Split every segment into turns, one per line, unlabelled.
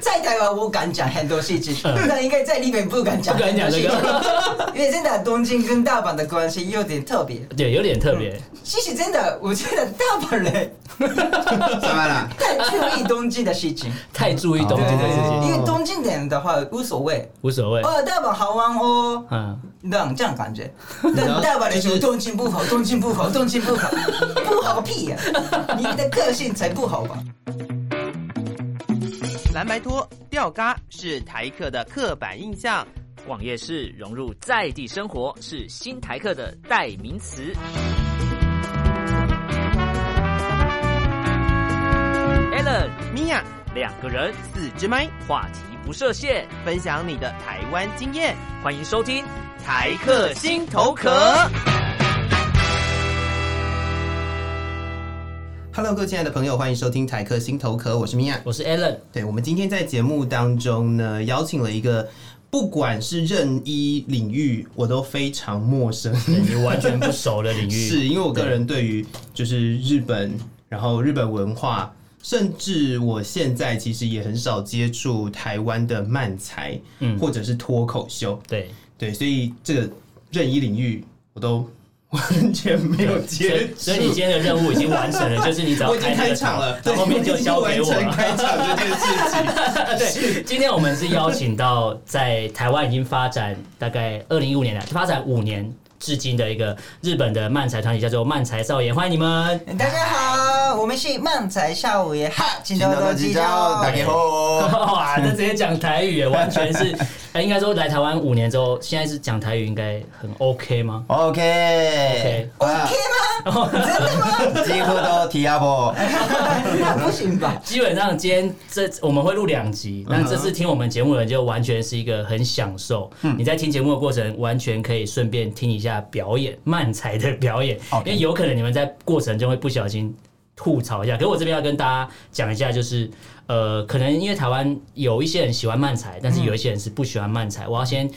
在台湾我敢讲很多事情，但应该在日本不敢讲。
嗯不敢讲这个，
因为真的东京跟大阪的关系有点特别。
对，有点特别。
嗯
其实真的，我觉得大阪人
怎么了？
太注意东京的事情，
太注意东京的事情，
因为东京人的话无所谓。
无所谓。
哦，大阪好玩哦，
嗯，
那这样感觉。但大阪人说东京不好，东京不好，东京不好，不好个屁 呀、你的个性才不好吧？
蓝白拖、吊嘎是台客的刻板印象。
逛夜市融入在地生活是新台客的代名词。Allen
米娅，
两个人
四支麦，
话题不设限，
分享你的台湾经验，
欢迎收听。
台客心头壳。
Hello，各位亲爱的朋友，欢迎收听台客心头壳，我是米娅。
我是 Alan，
对，我们今天在节目当中呢，邀请了一个不管是任一领域，我都非常陌生，
你完全不熟的领域，
是因为我个人对于就是日本，然后日本文化，甚至我现在其实也很少接触台湾的漫才，
嗯
或者是脱口秀，
对，
对，所以这个任意领域我都完全没有
所
接
以
触。
所以你今天的任务已经完成 了，就是你只要
我已经
那
开
个
场了，
然
对，
后后面就交给我
已经
了
完成。开场这件事情。
对，今天我们是邀请到在台湾已经发展大概二零一五年来发展五年至今的一个日本的漫才团体，叫做漫才少爷，欢迎你们。
大家好，我们是漫才少爷哈，请多多指教。
好，
哇，这直接讲台语耶，完全 是，呃应该说来台湾五年之后，现在是讲台语应该很 OK 吗？
OK，
OK
啊
OK 吗？真的吗？
几乎都提阿波，
哎
那 不行吧？
基本上今天这我们会录两集，但这次听我们节目的人就完全是一个很享受。
嗯
你在听节目的过程，完全可以顺便听一下表演，漫才的表演，因为有可能你们在过程中会不小心。吐槽一下，可是我这边要跟大家讲一下，就是呃，可能因为台湾有一些人喜欢漫才，但是有一些人是不喜欢漫才。我要先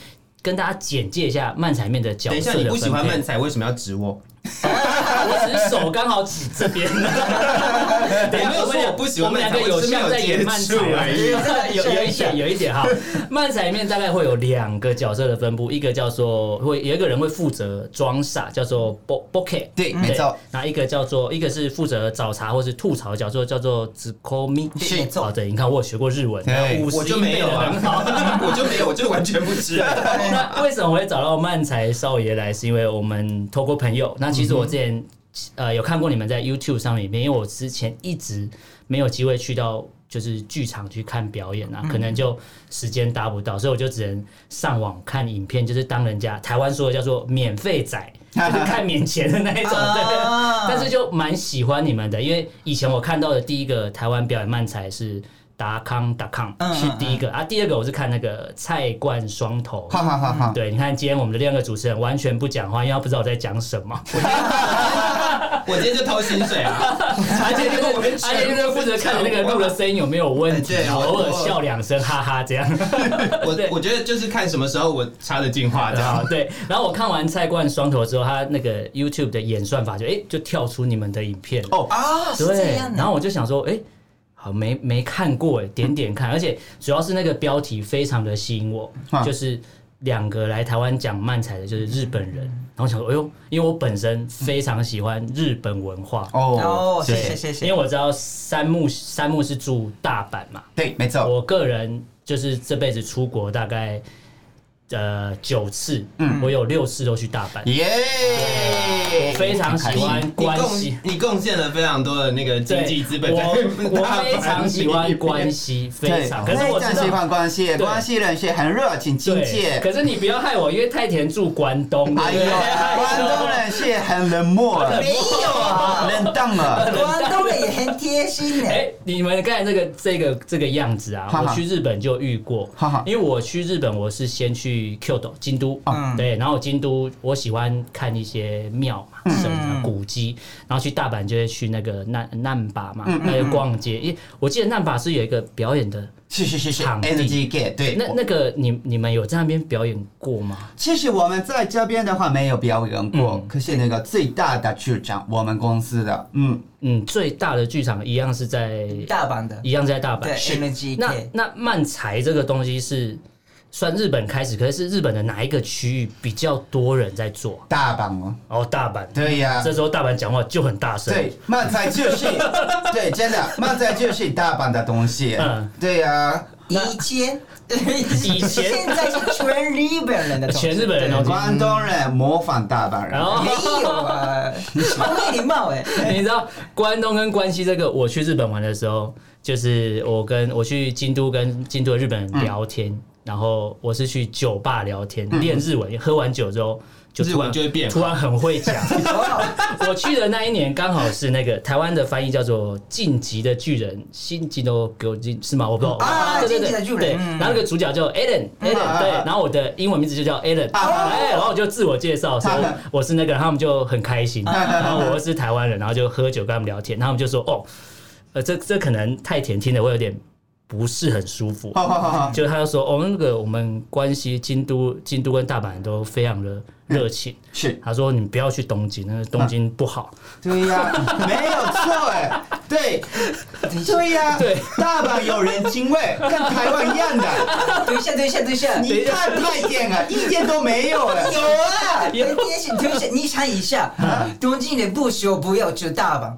跟大家简介一下漫才面的角
等一
色
下，
的分
你
配。
不喜欢漫才，为什么要指我？
我只是手刚好指这 边。等一下
我没有说我不喜欢
我们两个
漫才
有
我只是没
像
有
在演
接
漫才
触而已
啊有 有一点有一点哈。漫才里面大概会有两个角色的分布，一个叫做会有一个人会负责装傻，叫做 bo b o k
对，
嗯
没错，
那一个叫做，一个是负责找茬或是吐槽的角色，叫做 z k o m i
是没错
好的，你看我有学过日文，
对
五
我
十
就
一
没
倍
有
的
啊
很好。，
我就没有，我就完全不知啊。
那 为什么会找到漫才少爷来？是因为我们透过朋友。那其实我之前、呃有看过你们在 YouTube 上面影片，因为我之前一直没有机会去到就是剧场去看表演啊，可能就时间搭不到，所以我就只能上网看影片，就是当人家台湾说的叫做免费仔，就是看免钱的那一种。 对。
啊
但是就蛮喜欢你们的，因为以前我看到的第一个台湾表演漫才是达康达康
嗯
是第一个啊，第二个我是看那个蔡冠双头，
哈哈哈哈。
对，你看今天我们的另一个主持人完全不讲话，因为他不知道我在讲什么，
我今天就掏薪水啊，而且这个完
而且就是负责看着那个录的声音有没有问题，
哎对
然后
我
偶尔笑两声，哈哈这样。 对
我我觉得就是看什么时候我插得进话这
啊
样，。
对。然后我看完蔡冠双头之后，他那个 YouTube 的演算法就哎、就跳出你们的影片哦，
啊， 是这
对
样。的
然。后我就想说，哎、好没没看过哎，点点看，而且主要是那个标题非常的吸引我，
啊
就是两个来台湾讲漫才的，就是日本人。
嗯
然后我想说，哎呦，因为我本身非常喜欢日本文化，
哦
哦，，谢
谢
谢
谢，
谢
因为
谢。
我知道三木三木是住大阪嘛，
对，没
啊
错，
我个人就是这辈子出国大概呃九次，我有六次都去大阪，
耶，
我非常喜欢
你
关西
贡。你贡献了非常多的那个经济资本
我
在
我
大阪
非常喜欢关
里
西，
对，
非常。可是我
非
知
常喜
道，
欢关系，关系人是很热情、亲
对，
切。
可是你不要害我，因为太田住关东，对
哎
不
呦，
对
关东人是很冷漠，
没有啊，
冷淡了。
广东人也很贴心呢。
哎、你们刚才这个这个这个样子啊，
哈哈
我去日本就遇过，
哈哈
因为我去日本我是先去 Kyoto 京都，
啊
嗯
对，然后京都我喜欢看一些庙嘛、神
嗯
啊、古迹，然后去大阪
嗯
就会去那个难难把嘛，那就逛街，因为我记得难把是有一个表演的
是是是是
场地
，energy gate，对，
那那个你你们有在那边表演过吗？
其实我们在这边的话没有表演过，
嗯
可是那个最大的剧场，我们公司的，嗯，
嗯，最大的剧场一样是在
大阪的
一样在大
对
阪。
，MGK，
那那漫才这个东西是算日本开始，可是是日本的哪一个区域比较多人在做？
大阪哦，
哦，大阪。
对呀、
这时候大阪讲话就很大声。
对，漫才就是， 对，真的，漫才就是大阪的东西，
嗯
对呀、
以前，
以前
现在是全日本人的东西，
呃全日本人的东西
广东人模仿大阪人，
然后
没有啊，好没礼貌哎。
你知道关东跟关西这个，我去日本玩的时候，就是我跟我去京都跟京都的日本
嗯
人聊天，然后我是去酒吧聊天练日文，喝完酒之后就突然
日文就会变好
突然很会讲。 我去的那一年刚好是那个台湾的翻译叫做《晋级的巨人》，新进都给我进是吗？我不知道
啊
对对
进击
对
的巨人啊
对，
嗯
然后那个主角叫 Alan Alan，对，然后我的英文名字就叫 Alan，哎，
啊
然后我就自我介 绍说我是那个，他们就很开心，
啊
然后我是台湾人，然后就喝酒跟他们聊天，他们就说哦，呃，这这可能太甜，听的会有点不是很舒服。
哦
好好好好，
就他就说，哦，那个我们关西京都、京都跟大阪都非常的热情。
是，
他说你不要去东京，那个东京不好。
对 呀、没有错，哎，对，对呀、
对，
大阪有人情味，跟台湾一样 的，
等一下，等一下，等一下，
你看太点啊，一点都没有哎，
有啊，等一下，等一下，你想一下，
啊
东京的不修不要就大阪。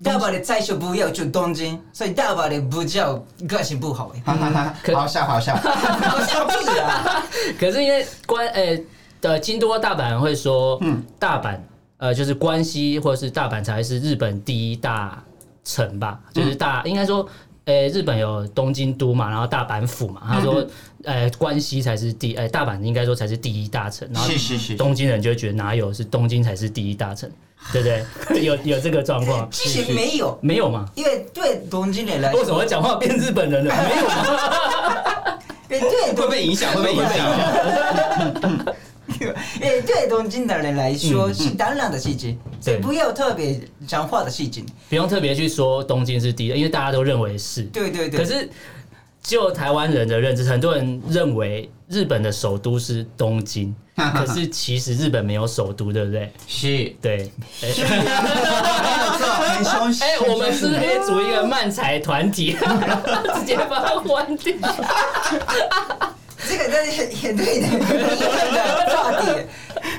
大阪的再修不要就东京，所以大阪的不叫个性不好哎，
哈哈哈，好笑好笑，
好笑屁啊！
可是因为关呃的京都、大阪会说，大阪呃就是关西或者是大阪才是日本第一大城吧，就是大、应该说。呃，日本有东京都嘛，然后大阪府嘛。他说，呃，关西才是第，呃，大阪应该说才是第一大城。然后
是是是，
东京人就会觉得哪有是东京才是第一大城，对不对？有有这个状况
其实没有，
没有吗？
因为对东京人来
为
说，
什么讲话变日本人了？没有吗？
对对
会
东
被影响，会被影响。
诶，对东京的人来说是当然的事情，所以
对
不要特别讲话的事情。
不用特别去说东京是第一，因为大家都认为是。
对对对。
可是就台湾人的认知，很多人认为日本的首都是东京，可是其实日本没有首都，对不对？
是，
对。哎
没有错，很凶，
哎、我们是不是
很
可
凶
以组一个漫才团体，直接把它关掉？
这个真的很很对的，一样的话题。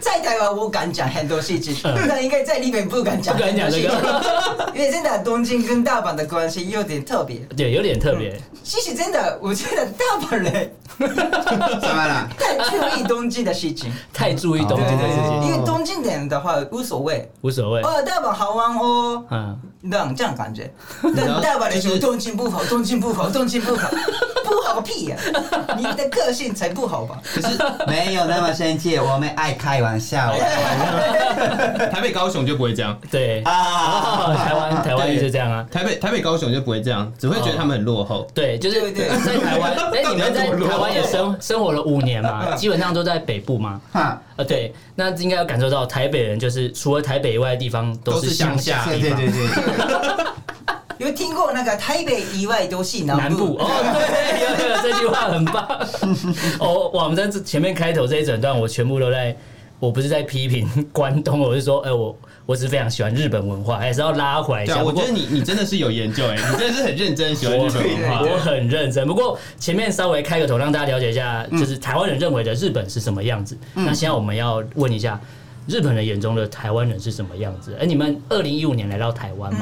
在台湾我敢讲很多事情，
嗯
但应该在日本不敢讲
不敢
很多
讲
事
这
情。
个
因为真的东京跟大阪的关系有点特别。
对，有点特别。
其实真的，我觉得大阪人
怎么了？
太注意东京的事情，
太注意东京的事情，
哦
因为东京人的话无所谓，
无所谓。
哦，大阪好玩哦，
嗯，
让这样感觉，
知道
但大阪人说动静 不好，动静不好，动静不好，不好个屁呀、你的个性才不好吧？
没有那么生气，我们爱开玩笑啊
啊台北、高雄就不会这样，
对。
啊
哦，台湾台湾
对
也是这样啊。
台北、台北、高雄就不会这样，只会觉得他们很落后。
对，就是
对对
在台湾，哎、你们在
到底要怎么
台湾也
落
生生活了五年嘛，基本上都在北部嘛。
哈，
呃，对，那应该有感受到台北人就是除了台北以外的地方都
都
是
是乡
乡下
下
地
对
方，
对对对。
有听过那个台北以外都是南
南部
部？
哦，对，有有有这句话很棒。哦，哇我们在这前面开头这一整段，我全部都在，我不是在批评 关东，我是说，哎、我我只是非常喜欢日本文化，还是要拉回来一
对
下。
啊，我
哎不过
觉得你你真的是有研究哎，你真的是很认真喜欢日本文化。
我很认真，不过前面稍微开个头，让大家了解一下，就是台湾人认为的日本是什么样子。那现在我们要问一下，日本人眼中的台湾人是什么样子？哎、你们二零一五年来到台湾嘛？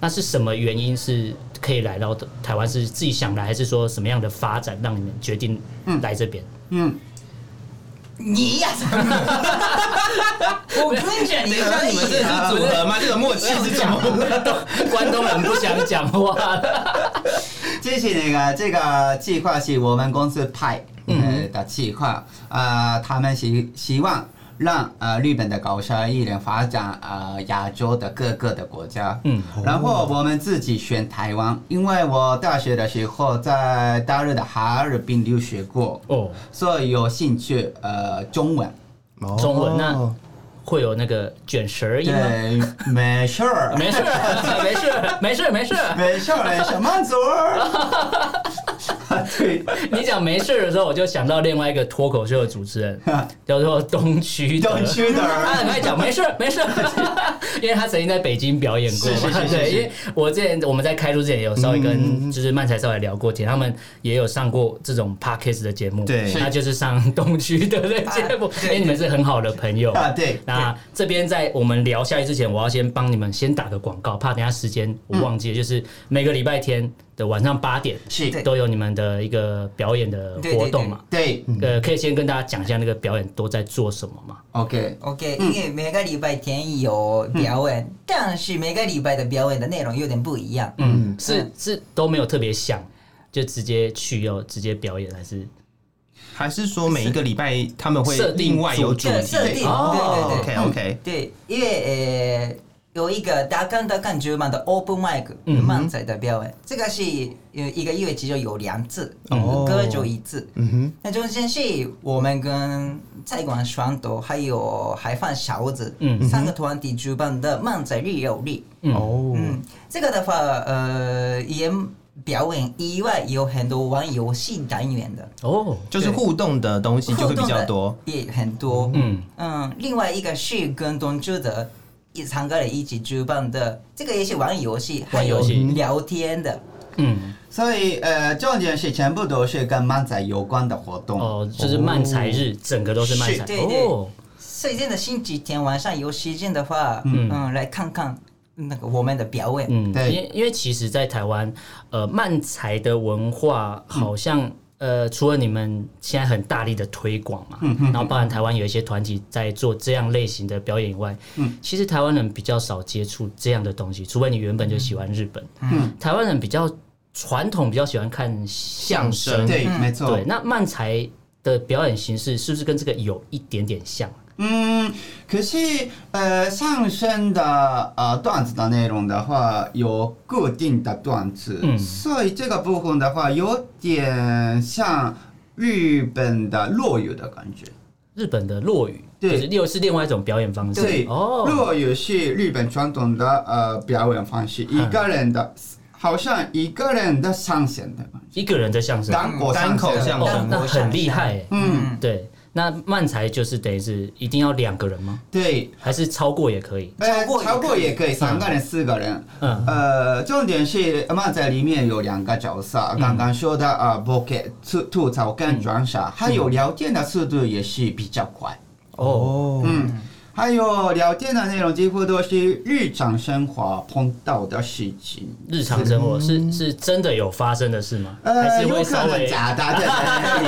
那是什么原因是可以来到的台湾？是自己想来，还是说什么样的发展让你们决定来这边？
嗯
你呀、我跟你讲， 你
那
可
你们这
以
是
啊。
组合吗？这种默契是怎么？
关东人不想讲话了。
这是那个这个计划是我们公司派
嗯
呃的计划，呃，他们希希望让呃日本的搞笑艺人发展呃亚洲的各个的国家，
嗯，
然后我们自己选台湾，因为我大学的时候在大陆的哈尔滨留学过，
哦，
所以有兴趣呃中文，
中文
哦
那会有那个卷舌儿音吗？
对，没事 儿，
没事儿，没事儿，没事儿，没事儿。
没事儿，没事儿，慢走儿。 对，
你讲没事的时候，我就想到另外一个脱口秀的主持人，叫做东区的。
东区的
他很爱讲没事没事，因为他曾经在北京表演过嘛。
是是是是
对，
是
因为我之前我们在开录之前也有稍微跟就是漫才稍微聊过天，他们也有上过这种 podcast 的节目，
对
他就是上东区的那节目
啊，对
因为你们是很好的朋友
啊，对，
那这边在我们聊下去之前，我要先帮你们先打个广告，怕等一下时间我忘记了，就是每个礼拜天的晚上八点
是
对
都有你们的一个表演的活动嘛。
对
呃，可以先跟大家讲一下那个表演都在做什么吗？
，OK，
OK，因
嗯
为每个礼拜天有表演，但是每个礼拜的表演的内容有点不一样。
嗯，是是都没有特别想，就直接去要直接表演还是？
还是说每一个礼拜他们会
设定
另外有主
这
题
设定，
哦
对对对
OK OK，
对，因为呃有一个大看大看十万的 open mic
嗯
漫才的表演，这个是呃一个月只有两次，
哦
隔周一次。
嗯哼，
那中间是我们跟蔡广双斗还有海放勺子
嗯
三个团体举办的漫才日游日。
嗯，
哦，
嗯，这个的话，呃，也表演以外有很多玩游戏单元的，
哦，
就是互动的东西就会比较多
互动，的也很多。嗯
嗯，
另外一个是跟东芝的也参加了一起举办的，这个也是玩游戏，还
玩
有
游戏
聊天的。
嗯，
所以呃，重点是全部都是跟漫仔有关的活动。
哦，就是漫才日，整个都是漫才
是，对对
哦，
所以真的星期天晚上有时间的话，嗯来看看那个我们的表演。
嗯，
对
因为因为其实，在台湾，呃，漫才的文化好像、
嗯
呃，除了你们现在很大力的推广嘛，
嗯
然后包含台湾有一些团体在做这样类型的表演以外，
嗯
其实台湾人比较少接触这样的东西，除非你原本就喜欢日本，
嗯
台湾人比较传统，比较喜欢看相声，
相声
对，没错
嗯对，。那漫才的表演形式是不是跟这个有一点点像？
嗯，可是呃，相声的呃段子的内容的话，有固定的段子，
嗯
所以这个部分的话，有点像日本的落语的感觉。
日本的落语，
对
就是又是另外一种表演方式，
对，
哦，
落语是日本传统的呃表演方式，一个人的，
嗯
好像一个人的上线的嘛，
一个人的相声，
单口
单口
相
相
哦，
声
那很厉害、欸。
嗯，
对，那慢才就是等于是一定要两个人吗？
对。
还是超过也可以？
呃，
超过也可以
超过也可以，三个人、四个人。
嗯
呃，重点是漫在里面有两个角色，
嗯
刚刚说的呃 b o k e 吐吐槽跟转傻，还有聊天的速度也是比较快。
哦，
嗯，还有聊天的内容几乎都是日常生活碰到的事情。
日常生活是是真的有发生的事吗？还
嗯呃，
是
有
会
可
稍
能
微？
假的，对，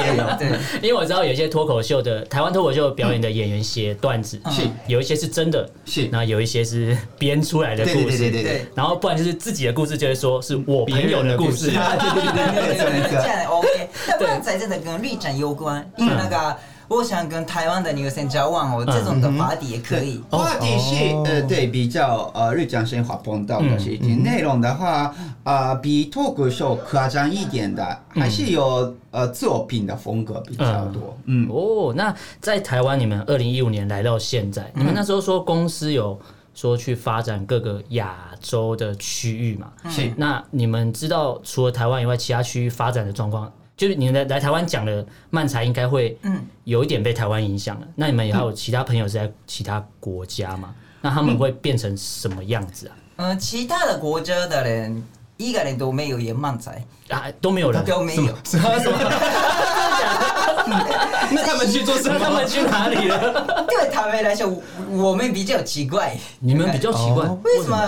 也有。
对，
因为我知道有一些脱口秀的台湾脱口秀表演的演员写段子，
嗯是
有一些是真的，
是
然后有一些是 编出来的
对对
故
对
事，
对对
对
对，
然后不然就是自己的故事，就会说是我朋友的故事
别人的故事，啊
对对对对对，没错没
这
错。
样 OK。但漫才真的跟立场有关，因为那个我想跟台湾的女生交往哦，这种的话题也可以。
话题是呃，对比较呃日常生活碰到的事情，内容的话，呃，比脱口秀夸张一点的，还是有呃作品的风格比较多。嗯，
哦，那在台湾，你们二零一五年来到现在，
嗯
你们那时候说公司有说去发展各个亚洲的区域嘛？
嗯
是
那你们知道除了台湾以外，其他区域发展的状况，就是你们来来台湾讲的漫才，应该会
嗯
有一点被台湾影响了。那你们也还有其他朋友是在其他国家嘛？那他们会变成什么样子啊？
嗯，其他的国家的人一个人都没有演漫才，
啊，都没有人，
都没有。
那他们去做什
那他
么
们？去哪 里了？
对他们来说，我我们比较奇怪。
你们比
哎
较奇怪，
为什么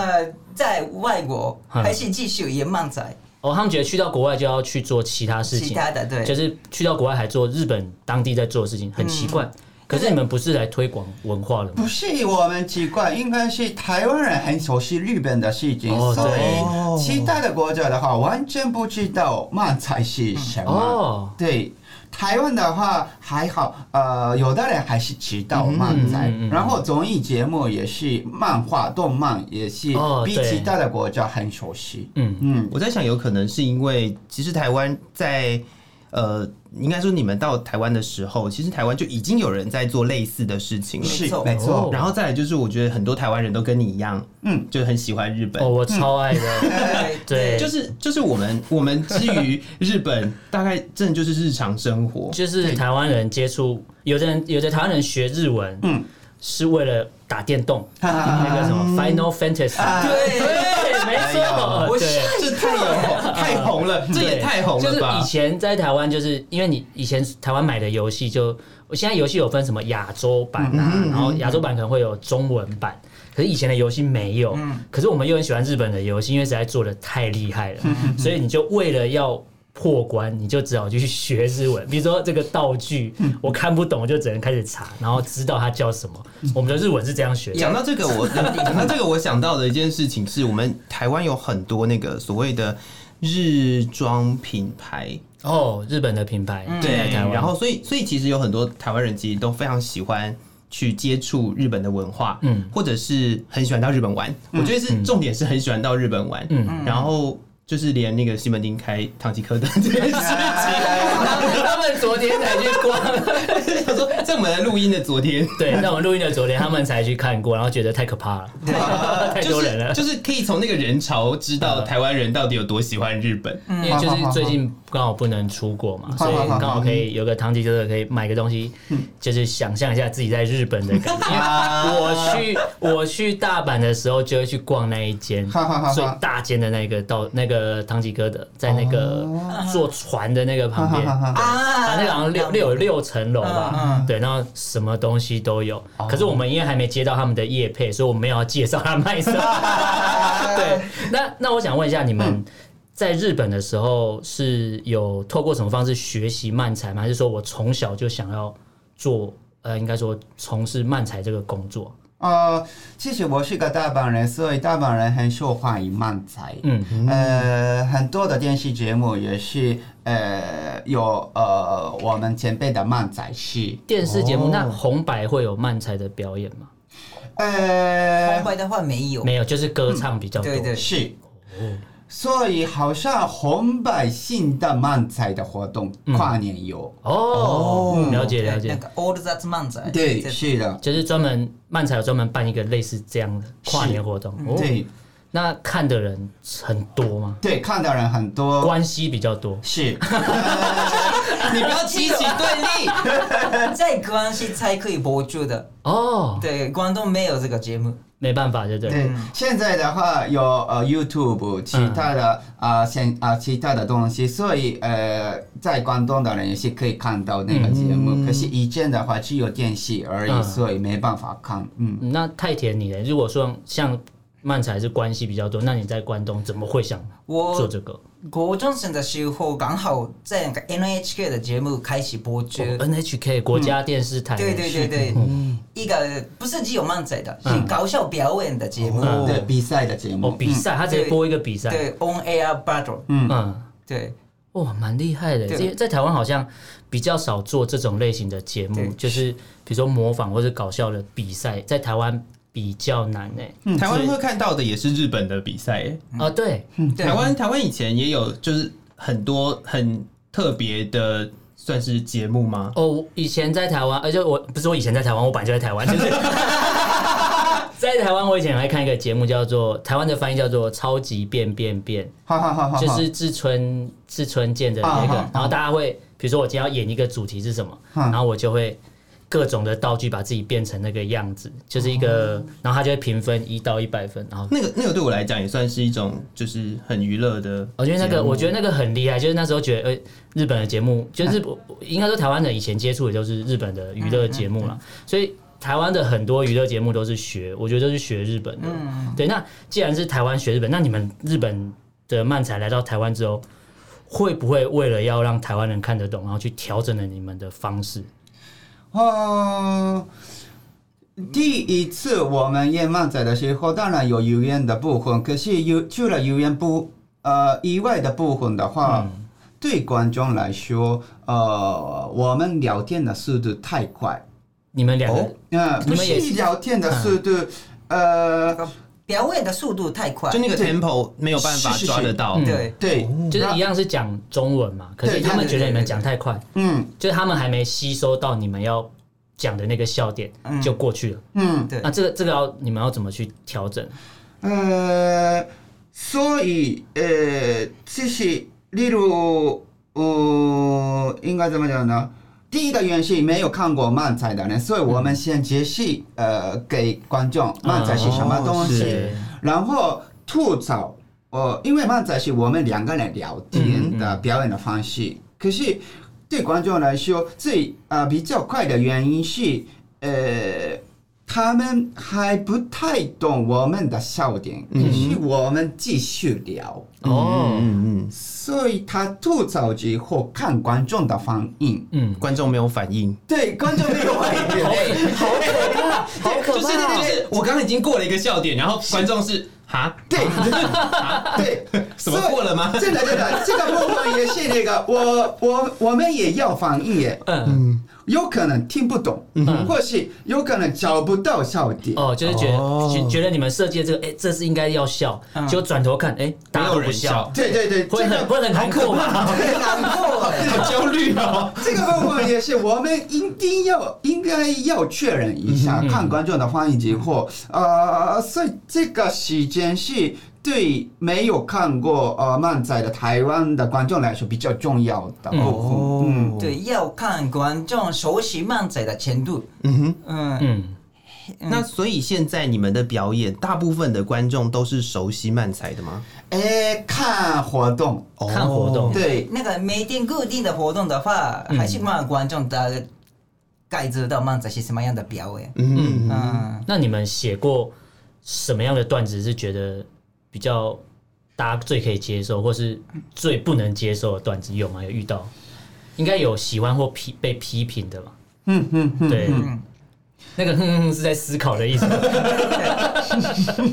在外国
嗯
还是继续演漫才？
哦，他们觉得去到国外就要去做其他事情，
其他的对
就是去到国外还做日本当地在做的事情，很奇怪。可是你们不是来推广文化的吗？
不是我们奇怪，应该是台湾人很熟悉日本的事情，
哦
所以其他的国家的话完全不知道漫才是什么。
哦，
对，台湾的话还好，呃，有的人还是知道漫才，
嗯嗯嗯嗯
然后综艺节目也是漫画、动漫也是
哦
比
对
其他的国家很熟悉。
嗯
嗯，
我在想，有可能是因为其实台湾在呃，应该说你们到台湾的时候，其实台湾就已经有人在做类似的事情了。
没错
没错
哦，
然后再来就是，我觉得很多台湾人都跟你一样，嗯，就很喜欢日本。
哦，我超爱的，
哎
对，
就
就是
是就是我们我们之于日本，大概真的就是日常 生活。
就是台湾人接触，有的人有的台湾人学日文，嗯，是为了打电动，
啊
那个什么 Final Fantasy，
啊对，
对，没错，
我
对。
这太有太红了，这也
对
太红
就是
了吧
以？前在台湾，就是因为你以前台湾买的游戏就，我现在游戏有分什么亚洲版啊，然后亚洲版可能会有中文版。可是以前的游戏没有，可是我们又很喜欢日本的游戏，因为实在做的太厉害了， 所以你就为了要破关，你就只好去学日文。比如说这个道具，我看不懂，我就只能开始查，然后知道它叫什么。我们的日文是这样学的，
讲到这 个，我讲到这个，我想到的一件事情是我们台湾有很多那个所谓的日妆品牌，
哦，日本的品牌在台湾，
然后所以所以其实有很多台湾人其实都非常喜欢。去接触日本的文化，嗯
嗯，
或者是很喜欢到日本玩。我觉得是重点是很喜欢到日本玩，嗯
嗯，
然后就是连那个西门町开唐吉诃德这件 事情，
他们昨天才去逛。
他说在我们录音的昨天，
对，那我们录音的昨天，他们才去看过，然后觉得太可怕了， 太
就
多人
是
了。嗯
就是可以从那个人潮知道台湾人到底有多喜欢日本。
因为就是最近刚好不能出国嘛，所以刚好可以有个堂吉诃德可以买个东西，就是想象一下自己在日本的感 觉。因为我去我去大阪的时候，就会去逛那一间
哈哈哈哈
最大间的那个到那个堂吉诃德，在那个坐船的那个旁边，
啊
啊，那个好像六六有六层楼
嗯哦
吧，对，然后什么东西都有。可是我们因为还没接到他们的业配，所以我们要介绍他 卖什么。对，那那我想问一下，你
嗯
们在日本的时候是有透过什么方式学习漫才吗？还是说我从小就想要做？呃，应该说从事漫才这个工作，
呃，其实我是个大阪人，所以大阪人很受欢迎漫才。
嗯，
呃，很多的电视节目也是呃有呃我们前辈的漫才戏。
电视节目、
哦
那红白会有漫才的表演吗？
红
呃，
白的话没有，
没有，就是歌唱比较多。
对对
是。
哦
所以好像红百姓的漫才的活动，
嗯
跨年有。
哦，了解了
嗯那
解，
个哦 All That 漫才，
对，
这
是的，
就是专门漫才有专门办一个类似这样的跨年
嗯
活动。哦
对
那看的人很多吗？
对，看的人很多。
关系比较多，
是，
你不要激起对立，
在关西才可以播出的，
哦，
对，广东没有这个节目，
没办法，对不嗯对？
对，现在的话有呃 YouTube 其他的
嗯
啊现啊其他的东西，所以呃在广东的人也是可以看到那个节目，可是以前的话只有电视而已，
嗯
所以没办法看。嗯，
嗯那太甜你了。如果说像漫才是关系比较多，那你在关东怎么会想做
我
这个、哦、
国中生的时候刚好在那个 NHK 的节目开始播出。
哦？NHK 国家电视台、
嗯对对对对，
嗯
一个不是只有漫才的，是搞笑表演的节目。
嗯
哦
对，比赛的节
哦，
目，
比赛，他直
嗯
接
对
播一个比赛，
对，on air battle，
嗯。
对
哇，蛮厉害的。
对啊
这在台湾好像比较少做这种类型的节
对
目，就是比如说模仿或者搞笑的比赛，在台湾比较难欸诶。
台湾会看到的也是日本的比赛耶。
嗯
啊，对，
对
嗯台湾台湾以前也有，就是很多很特别的，算是节目吗？
哦，我以前在台湾，而且我不是我以前在台湾，我本来就在台湾，就是 在台湾，我以前还看一个节目叫做台湾的翻译叫做《超级变变变
哈哈哈哈》，哈，
就是志村志村健的那个
啊啊啊，
然后大家会，比如说我今天要演一个主题是什么，
嗯
然后我就会。各种的道具把自己变成那个样子，就是一
哦
个，然后他就会评分一到一百分，然后
那个那个对我来讲也算是一种，就是很娱乐的节目。
我觉得那个，我觉得那个很厉害，就是那时候觉得，呃，日本的节目，就是日应该说台湾人以前接触也都是日本的娱乐节
嗯
目啦，所以台湾的很多娱乐节目都是学，我觉得都是学日本的。
嗯
对，那既然是台湾学日本，那你们日本的漫才来到台湾之后，会不会为了要让台湾人看得懂，然后去调整了你们的方式？
哦，第一次我们演漫仔的时候，当然有语言的部分，可是有除了语言部呃以外的部分的话，
嗯
对观众来说，呃，我们聊天的速度太快，
你们两个、
嗯，
你
不
们也
是聊天的速度，呃。
表演的速度太快
就，那个嗯 tempo 没有办法
是是
抓得到。
是对
对，
就是一样是讲中文嘛，可是
对
他们
他
觉得你们讲太快，
嗯
就是他们还没吸收到你们要讲的那个笑点就过去了。
嗯，
对
那这个这个要你们要怎么去调整？
呃，所以呃，这些例如呃，应该怎么讲呢？第一个原因是没有看过漫才的人，所以我们先解释呃给观众漫才是什么东
哦
西，
是
然后吐槽。哦，因为漫才是我们两个人聊天的表演的方式，可是对观众来说最呃比较快的原因是呃。他们还不太懂我们的笑点，可是我们继续聊，
哦，
嗯嗯
所以他吐槽之后看观众的反应，
嗯
嗯，，观众没有反应。
对观众没有反应，
好可怕，好可怕！就是就是，我刚刚已经过了一个笑点，然后观众是哈，
对对，
啊什么过了吗
所以真的真的，这个部分也是那个，我我我们也要反应耶，
嗯，
有可能听不懂，或是有可能找不到笑点，
哦，就是觉得、
嗯哦嗯
觉觉得你们设计的这个，哎、这是应该要笑，结果转头看，哎、大
没
家
有
都不
人
笑
笑，，
对对对，
会
这
很
个
会很难啊过吧？
太难过了。
好焦虑哦。
这个部分也是我们一定要应该要确认一下，
嗯
看观众的反应之后，呃，所以这个时间是。对没有看过呃漫才的台湾的观众来说比较重要的部
哦
分，嗯，
对，要看观众熟悉漫才的程度。
嗯哼，
嗯，
嗯，
那所以现在你们的表演，大部分的观众都是熟悉漫才的吗？
哎，看活动，
看活动
哦
对，
那个每天固定的活动的话，还
嗯
是让观众大概知道漫才是什么样的表演。
嗯，
嗯，
那你们写过什么样的段子是觉得比较大家最可以接受，或是最不能接受的段子有吗？有遇到？应该有喜欢或批被批评的吧？
嗯嗯嗯，
对，那个哼哼哼是在思考的意思吗。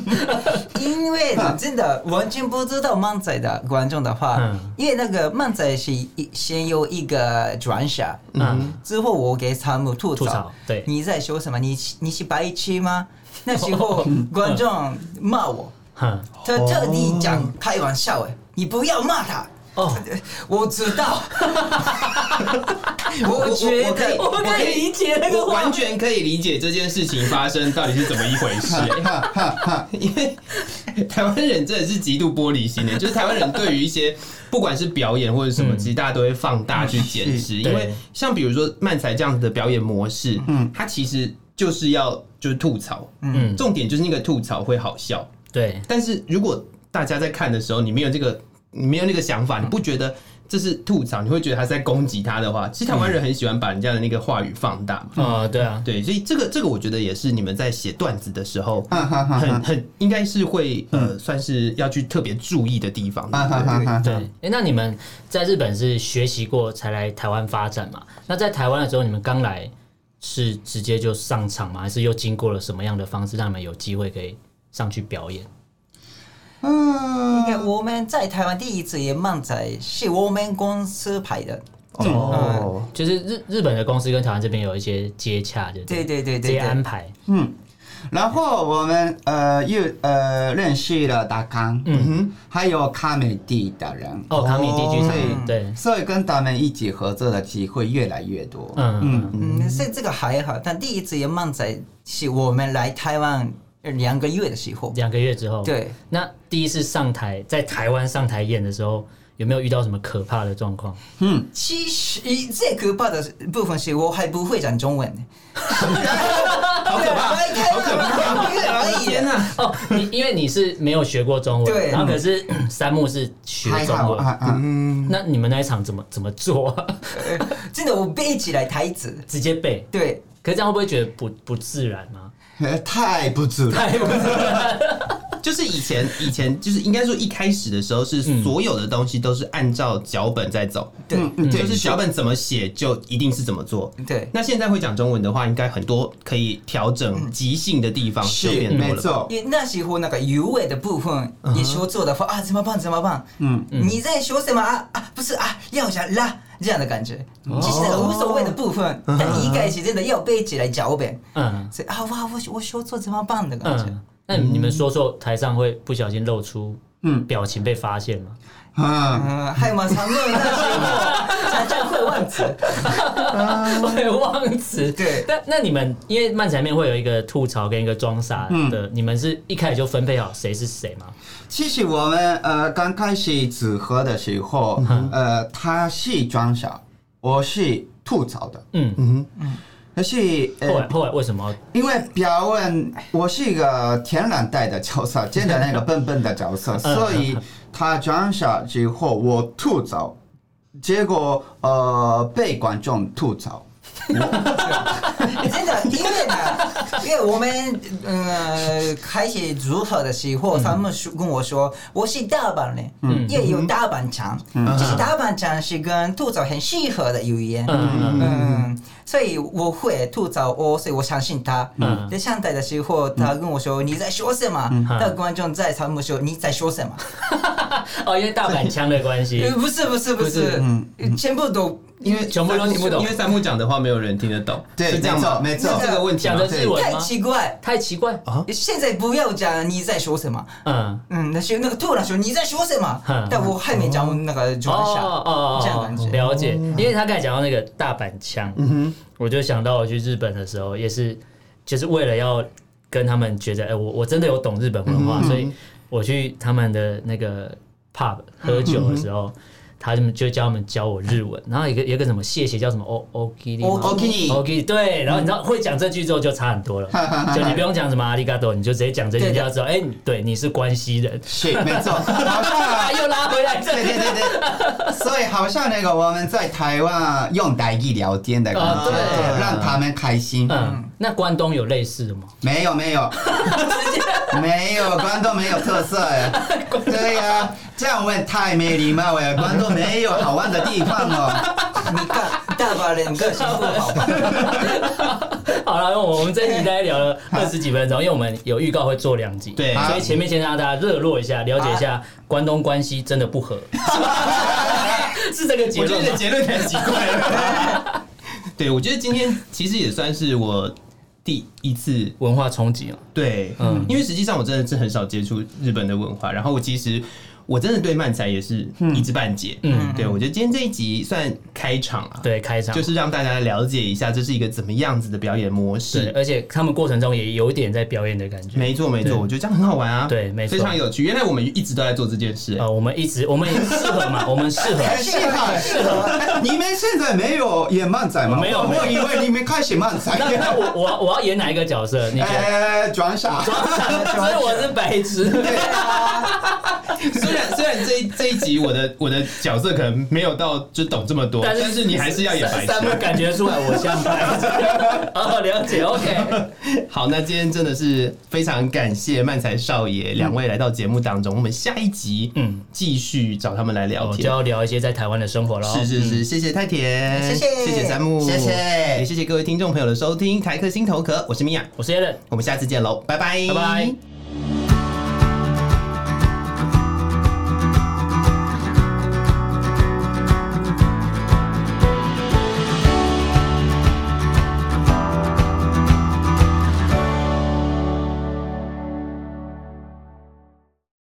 因为真的完全不知道漫才的观众的话，
嗯
因为那个漫才是一先有一个转傻，
嗯，
之后我给他们吐
吐槽对
你在说什么？你你是白痴 吗？那时候观众骂我，
哼，
他特地讲开玩笑哎，你不要骂他。
哦，
我知 道，我觉得
我可以理解那个
我
画
完
面
全可以理解这件事情发生到底是怎么一回事、 因为台湾人真的是极度玻璃心的，就是台湾人对于一些不管是表演或者什么，其实大家都会放大去检视，因为
对
像比如说漫才这样子的表演模式，嗯，它其实就是要就是吐槽，
嗯
嗯，重点就是那个吐槽会好笑，
对，
但是如果大家在看的时候，你没有这个，你没有那个想法，你不觉得这是吐槽，你会觉得他是在攻击他的话，其实台湾人很喜欢把人家的那个话语放大嘛。
啊、对啊，
对，所以这个这个我觉得也是你们在写段子的时候，
哈哈嗯哈
很很应该是会呃，算是要去特别注意的地方。
哈哈哈哈，
对，哎、那你们在日本是学习过才来台湾发展嘛？那在台湾的时候，你们刚来是直接就上场吗？还是又经过了什么样的方式让你们有机会可以上去表演？
应
嗯
该我们在台湾第一次演漫才是我们公司拍的，
哦，
嗯
就是日日本的公司跟台湾这边有一些接洽，对不
对
对
对对
直
对
接安
对，
排，
然后我们呃又呃认识了达康，嗯哼，还有卡美蒂的人，
哦，卡米地剧
嗯
哦
场，对，
所以跟他们一起合作的机会越来越多。
嗯，
嗯，所以这个还好，但第一次演漫才是我们来台湾两个月的时候，
两个月之后，，
对，
那第一次上台在台湾上台演的时候，有没有遇到什么可怕的状况？
其实最可怕的部分是我还不会讲中文，
好可怕，好可怕！
可以，
天哪，
哦，你因为你是没有学过中文，
对
然后可是三木是学
还
中
好
文，
啊啊，
那你们那一场怎么怎么做、啊？
呃真的我背起来台词，
直接背？
对，
可是这样会不会觉得不不自然 吗？
呃太不值了。
太不自然。
就是以前以前就是应该说一开始的时候是
嗯
所有的东西都是按照脚本在走，
对
嗯
就是脚本怎么写就一定是怎么做。
对，
那现在会讲中文的话，应该很多可以调整即兴的地方就是变多
嗯没
了吧。
错，
因为那时候那个鱼尾的部分也说错的话啊，怎么办？怎么办？
嗯，
你在说什么啊？啊，不是啊，要想拉这样的感觉，其实那个无所谓的部分，但一开始真的要背起来脚本，
嗯
所以啊哇，我我说错怎么办的感觉
嗯。，那你们说说台上会不小心露出
嗯
表情被发现吗？
嗯，
嗯，还有吗？常乐那些 我常常会忘词。
会忘词。
对
但那你们因为漫才面会有一个吐槽跟一个装傻的，你们是一开始就分配好谁是谁吗？
其实我们呃刚开始组合的时
嗯
候，呃，他是装傻，我是吐槽的，
嗯，
可是
后来
呃，
后来为什么？
因为表演我是一个天然呆的角色，真的那个笨笨的角色，
嗯
所以他装傻之后我吐槽，结果呃被观众吐槽，
哎真 的，因为呢，因为我们呃开始组合的时
嗯
候，他们说跟我说我是大阪人，也有大阪腔，
嗯
嗯就是大阪腔是跟吐槽很适合的语言。
嗯
嗯，所以我会吐槽我，所以我相信他。
嗯
在上台的时候，他跟我说：“你在说什么？”那观众在他们说：“你在说什么
哦，因为大阪腔的关？”系
呃，不是，不是，不
不是
是，
嗯
全部都
因为
全部都听不懂
因为三木讲的话没有人听得懂，
对，
是这
没
样
错
吗？
没错，
是这个问题
讲
吗
的？日文
太
吗？
奇怪。
太奇怪啊！
现在不要讲你在说什么，
嗯，
嗯，那是那个突然说你在说什么
哼，
但我还没讲那个
哦
转向，
哦哦，
这样感觉。哦嗯
了解。因为他刚才讲到那个大阪腔，我就想到我去日本的时候，也是就是为了要跟他们觉得，哎，我我真的有懂日本文
嗯
化，所以我去他们的那个 pub 喝酒的
嗯
时候。他们就叫他们教我日文，然后有一个有一个什么谢谢叫什么 o o k i
O-
Okini
OK，对，然后你知道会讲这句之后就差很多了，就你不用讲什么阿里嘎多，你就直接讲这句，
对
就
的
知道，哎、你对，你是关西人，
是没错，好像
啊，又拉回来这
对对
里，
对对，所以好像那个我们在台湾用台语聊天的感
啊
觉，
对
让他们开心。
嗯，那关东有类似的 吗？
没有没有，没有关东没有特色哎，对呀、这样问太没礼貌哎，关东没有好玩的地方哦。
你看大把人个性不好，
好了，我们这一集大概聊了二十几分钟，因为我们有预告会做两集，
对
啊
所以前面先让大家热络一下，了解一下关东关西真的不合， 是这个结
我觉得
论
你的
吗？
结论太奇怪了。对，我觉得今天其实也算是我第一次
文化冲击哦，
对，嗯，因为实际上我真的是很少接触日本的文化，然后我其实我真的对漫才也是一知半解，嗯，对我觉得今天这一集算开场啊，，
对，开场
就是让大家了解一下这是一个怎么样子的表演模
对，
式。
而且他们过程中也有点在表演的感觉。
没错，没错，我觉得这样很好玩啊，
对没错
非常有趣。原来我们一直都在做这件事、
呃，我们一直我们也适合嘛，我们 适合，
是
啊
是的，
你们现在没有演漫仔吗？
没有没有
我以为你们开始漫仔
那那
了。
我我我要演哪一个角色？你觉得？
哎，装傻，
所以我是白痴。
虽然虽然这一这一集我的我的角色可能没有到就懂这么多，但
但
是
是
你还是要演白
三
痴
木。感觉出来我像白痴。 哦，了解，OK。
好，那今天真的是非常感谢漫才少爷两位来到节目当中，我们下一集嗯
嗯
继续找他们来聊
我就
天。
要聊一些在台湾的生活喽。
是是是，谢谢太田，
谢谢
谢谢三木，
谢谢
也谢谢各位听众朋友的收听，台客心头壳，我是米娅，
我是 a l l n
我们下次见喽，拜拜，
拜拜。